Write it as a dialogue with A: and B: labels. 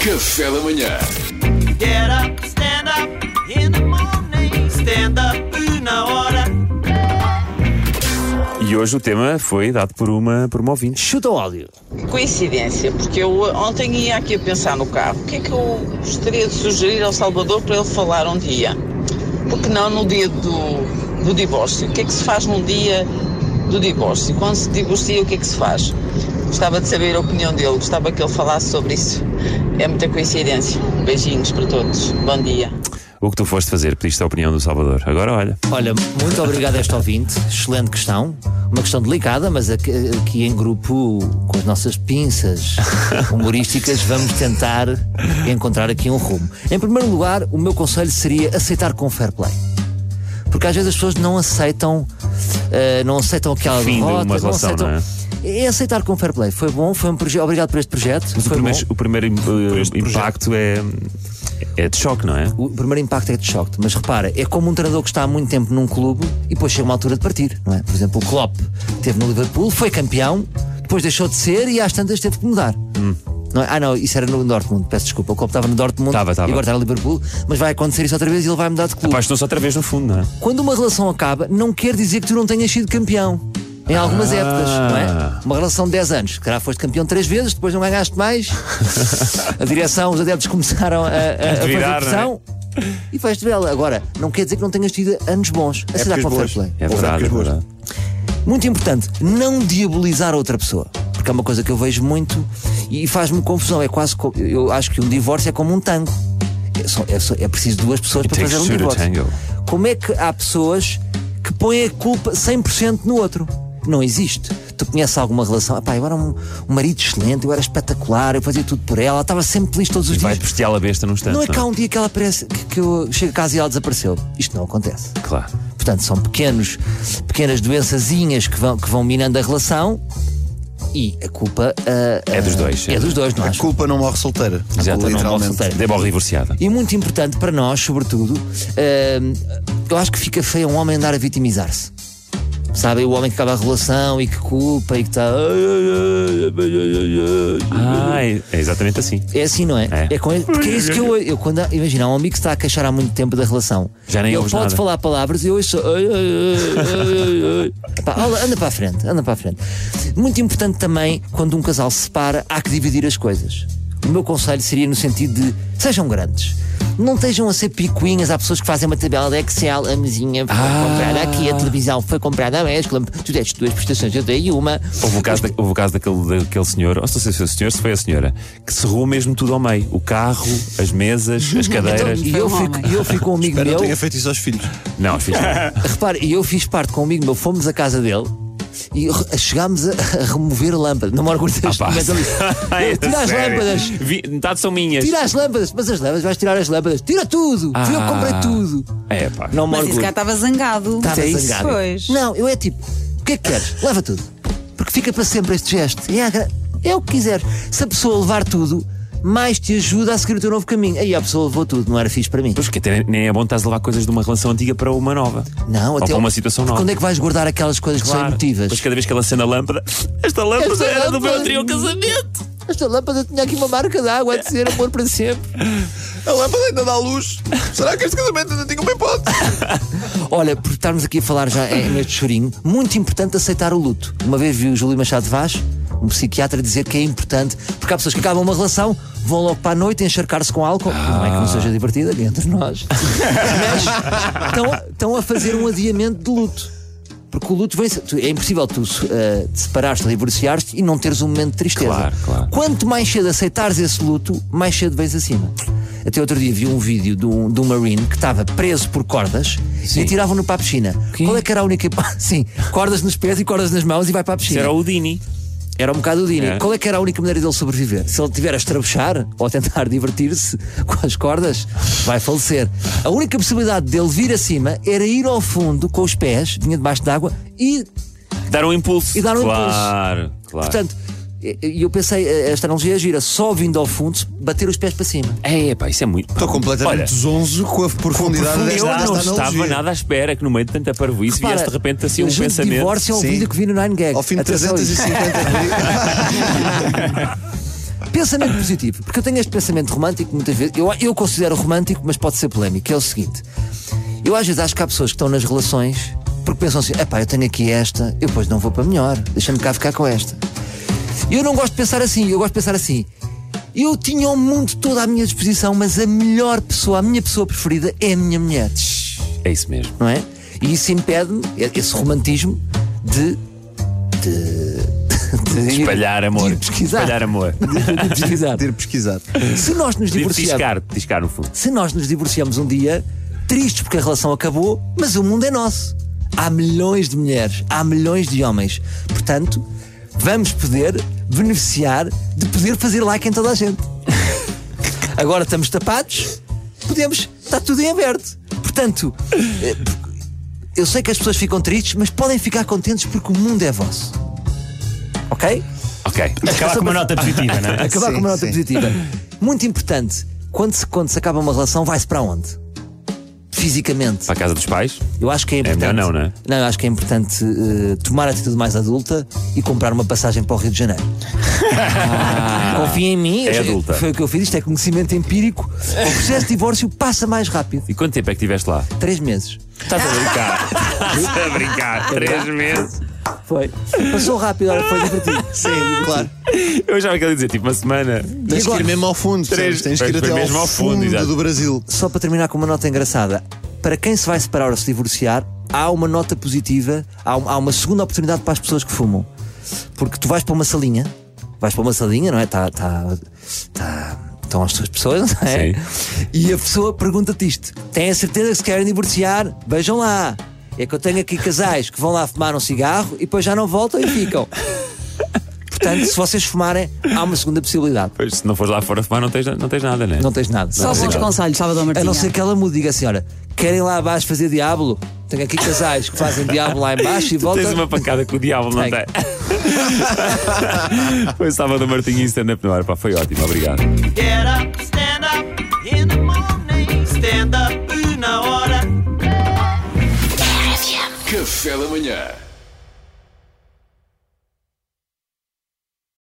A: Café da manhã.
B: Get up, stand up in the morning. Stand up na hora.
C: E hoje o tema foi dado por uma, por uma ouvinte. Chuta óleo.
D: Coincidência, porque eu ontem ia aqui a pensar no carro. O que é que eu gostaria de sugerir ao Salvador para ele falar um dia? Porque não no dia do, do divórcio? O que é que se faz num dia do divórcio? Quando se divorcia, o que é que se faz? Gostava de saber a opinião dele, gostava que ele falasse sobre isso. É muita coincidência. Beijinhos para todos. Bom dia.
C: O que tu foste fazer? Pediste a opinião do Salvador. Agora olha.
E: Olha, muito obrigado a este ouvinte. Excelente questão. Uma questão delicada, mas aqui, aqui em grupo, com as nossas pinças humorísticas, vamos tentar encontrar aqui um rumo. Em primeiro lugar, o meu conselho seria aceitar com fair play. Porque às vezes as pessoas não aceitam, eh, não aceitam aquela
C: Fim de
E: derrota,
C: uma relação,
E: aceitam.
C: não
E: é? aceitar com fair play. Foi bom, foi um projeto. Obrigado por este projeto.
C: Mas o
E: foi
C: primeiro,
E: bom.
C: o primeiro eh, impacto é, é de choque, não é?
E: O primeiro impacto é de choque, mas repara, é como um treinador que está há muito tempo num clube e depois chega uma altura de partir, não é? Por exemplo, o Klopp teve no Liverpool, foi campeão, depois deixou de ser e às tantas teve que mudar. Não é? Ah, não, isso era no Dortmund, peço desculpa. O Klopp estava no Dortmund
C: Estava, estava.
E: e agora está no Liverpool, mas vai acontecer isso outra vez e ele vai mudar de clube.
C: Apaixonou-se outra vez no fundo, não é?
E: Quando uma relação acaba, não quer dizer que tu não tenhas sido campeão. Em algumas épocas, não é? Uma relação de 10 anos, que calhar foste campeão 3 vezes, depois não ganhaste mais. a direção, os adeptos começaram a, a, a
C: Virar,
E: fazer pressão. E faz de vela. Agora, não quer dizer que não tenhas tido anos bons. Aceitar com o fair play.
C: É verdade, é verdade.
E: Muito importante, não diabolizar a outra pessoa. Porque é uma coisa que eu vejo muito e faz-me confusão. É quase. co- Eu acho que um divórcio é como um tango. É, só- é só- é preciso duas pessoas para
C: takes
E: fazer um
C: two to
E: divórcio.
C: tango.
E: Como é que há pessoas que põem a culpa 100% no outro? Não existe. Tu conheces alguma relação? Epá, eu era um, um marido excelente, eu era espetacular, eu fazia tudo por ela, estava sempre feliz todos os
C: E vai
E: dias.
C: bestial a besta num instante.
E: Não é que há
C: não
E: um dia que ela aparece, que, que eu chego a casa e ela desapareceu. Isto não acontece.
C: é? Claro.
E: Portanto, são pequenos, pequenas doençazinhas que vão, que vão minando a relação e a culpa ah, ah,
C: É dos dois,
E: É,
C: é.
E: dos dois, não
F: A
E: acho?
F: culpa não morre solteira.
C: Exato, não
E: literalmente.
C: posso ter. Debora divorciada.
E: E muito importante para nós, sobretudo, ah, eu acho que fica feio um homem andar a vitimizar-se. Sabe, o homem que acaba a relação e que culpa e que está.
C: Ah, é é exatamente assim.
E: É assim, não é?
C: É.
E: com ele, porque é isso que eu, eu quando imagina, há um amigo que está a queixar há muito tempo da relação.
C: Já nem
E: ele
C: ouves
E: pode
C: nada.
E: falar palavras e eu ouço. "Ai, ai, ai, ai, ai, ai." Epá, olha, anda para a frente, anda para a frente. Muito importante também, quando um casal se separa, há que dividir as coisas. O meu conselho seria no sentido de sejam grandes. Não estejam a ser picuinhas, há pessoas que fazem uma tabela de Excel, a mesinha foi
C: Ah.
E: comprada aqui, a televisão foi comprada a Mescla, tu deste duas prestações, eu dei uma.
C: Houve o caso, da- houve o caso daquele, daquele senhor, ou não sei se foi o senhor, se foi a senhora, que serrou mesmo tudo ao meio: o carro, as mesas, as cadeiras.
E: Então, E eu fico, e eu fico com um amigo
F: Espero
E: meu.
F: não tenha feito isso aos filhos.
C: Não, fiz mal.
E: Repare, e eu fiz parte com um amigo meu, fomos à casa dele e re- chegámos a, a remover a lâmpada. Não me orgulho deste
C: Pá.
E: momento
C: É
E: ali. Tira as
C: sério.
E: lâmpadas!
C: Vi, metade são minhas.
E: Tira as lâmpadas! Mas as lâmpadas, vais tirar as lâmpadas! Tira tudo! Fui eu que comprei
C: Ah.
E: tudo!
C: É, pá.
E: Não me
G: Mas esse
E: orgulho.
G: cara estava zangado. é
E: Estava zangado.
G: Pois.
E: Não, eu é tipo, o que é que queres? Leva tudo. Porque fica para sempre este gesto. E é, a gra- é o que quiser. Se a pessoa levar tudo, mais te ajuda a seguir o teu novo caminho. Aí a pessoa levou tudo, não era fixe para mim.
C: Pois que até nem é bom estás a levar coisas de uma relação antiga para uma nova.
E: Não,
C: Ou
E: até
C: para uma situação
E: porque
C: nova.
E: Quando é que vais guardar aquelas coisas que são
C: Claro.
E: emotivas?
C: Mas cada vez que ela acende a lâmpada, esta lâmpada
E: Esta
C: era do meu
E: lâmpada.
C: anterior casamento.
E: Esta lâmpada tinha aqui uma marca de água a dizer amor para sempre.
F: A lâmpada ainda dá luz. Será que este casamento ainda tinha uma hipótese?
E: Olha, por estarmos aqui a falar já eh, neste chorinho, muito importante aceitar o luto. Uma vez vi o Júlio Machado Vaz, um psiquiatra, dizer que é importante, porque há pessoas que acabam uma relação, vão logo para a noite encharcar-se com álcool.
F: Ah.
E: Não é que não seja divertida, aqui entre nós. Mas estão, estão a fazer um adiamento de luto. Porque o luto vem. tu- É impossível tu eh, te separares, divorciares e não teres um momento de tristeza.
C: Claro, claro.
E: Quanto mais cedo aceitares esse luto, mais cedo vens acima. Até outro dia vi um vídeo de um, de um Marine que estava preso por cordas e atiravam-no para a piscina. Qual é que era a única. Sim, cordas nos pés e cordas nas mãos e vai para a
C: Isso
E: piscina.
C: era o Dini.
E: Era um bocado o Dini.
C: É.
E: Qual é que era a única maneira dele sobreviver? Se ele tiver a estrabuchar ou a tentar divertir-se com as cordas, vai falecer. A única possibilidade dele vir acima era ir ao fundo com os pés, vinha debaixo d'água e.
C: Dar um impulso.
E: E dar um
C: claro, impulso. Claro, claro.
E: Portanto, e e eu pensei, eh, esta analogia gira, só vindo ao fundo, bater os pés para cima.
C: É, pá, isso é muito.
F: Estou completamente
C: Olha,
F: zonzo com a profundidade
C: Eu
F: desta,
C: não
F: desta
C: estava
F: analogia.
C: nada à espera que no meio de tanta parvoíce
E: Repara,
C: viesse de repente assim um
E: junto de
C: pensamento.
E: divórcio é um
F: Sim.
E: vídeo que vi no Nine Gag.
F: Ao fim de
E: Atenção a isso.
F: 350 cliques.
E: Pensamento positivo, porque eu tenho este pensamento romântico muitas vezes. Eu, eu considero romântico, mas pode ser polémico, que é o seguinte: eu às vezes acho que há pessoas que estão nas relações porque pensam assim, epá, eu tenho aqui esta, eu depois não vou para melhor, deixa-me cá ficar com esta. Eu não gosto de pensar assim, eu gosto de pensar assim. Eu tinha o mundo todo à minha disposição, mas a melhor pessoa, a minha pessoa preferida é a minha mulher
C: É isso mesmo.
E: não é? E isso impede-me, esse romantismo, de. de. de ir-
C: Espalhar amor.
E: De ir pesquisar.
C: Espalhar amor.
E: de pesquisar.
F: Ter pesquisado.
E: Se nós nos
C: De
E: divorciarmos.
C: Tiscar, tiscar no fundo.
E: Se nós nos divorciamos um dia, tristes porque a relação acabou, mas o mundo é nosso. Há milhões de mulheres, há milhões de homens. Portanto, vamos poder beneficiar de poder fazer like em toda a gente. Agora estamos tapados, podemos, está tudo em aberto. Portanto, eh, eu sei que as pessoas ficam tristes, mas podem ficar contentes porque o mundo é vosso. Ok?
C: Ok.
A: Acabar com uma nota positiva, não é?
E: Acabar
F: Sim,
E: com uma nota
F: sim.
E: positiva. Muito importante, quando se, quando se acaba uma relação, vai-se para onde? Fisicamente.
C: Para a casa dos pais.
E: Eu acho que é importante.
C: melhor não, não é?
E: eu acho que é importante eh, tomar a atitude mais adulta e comprar uma passagem para o Rio de Janeiro. Confia em mim. eu
C: É
E: já-
C: adulta.
E: Foi o que eu fiz. Isto é conhecimento empírico. O processo de divórcio passa mais rápido.
C: E quanto tempo é que estiveste lá?
E: Três meses.
C: Estás a brincar. Estás a brincar. Três
E: Tá.
C: meses.
E: Foi. Passou rápido, olha, foi divertido.
F: Sim, claro.
C: Eu já que ele ia dizer, tipo, uma semana.
F: Tens que ir mesmo ao fundo,
C: Três-
F: sabes? tens que ir
C: Foi
F: até
C: mesmo
F: ao
C: ao fundo,
F: fundo,
C: exato.
F: do Brasil.
E: Só para terminar com uma nota engraçada. Para quem se vai separar ou se divorciar, há uma nota positiva, há, um- há uma segunda oportunidade para as pessoas que fumam. Porque tu vais para uma salinha, vais para uma salinha, não é? Tá, tá, tá, estão as tuas pessoas, não é? E a pessoa pergunta-te isto: têm a certeza que se querem divorciar? Vejam lá. É que eu tenho aqui casais que vão lá fumar um cigarro e depois já não voltam e ficam. Portanto, se vocês fumarem, há uma segunda possibilidade.
C: Pois, se não fores lá fora fumar, não tens, não tens nada, né?
E: Não tens nada.
G: Só
E: Não.
G: bons conselhos, Salvador
E: então, A
G: Martinha.
E: não ser que ela mude, diga assim: olha, querem lá abaixo fazer diabo? Tenho aqui casais que fazem diabo lá embaixo e
C: Tu
E: volta.
C: tens uma pancada com o diabo, não
E: Tenho.
C: tem? foi Sábado Martinho e stand-up no ar, pá, foi ótimo, obrigado.
B: Get up, stand up in the morning. Stand up, una hora.
H: Café da manhã.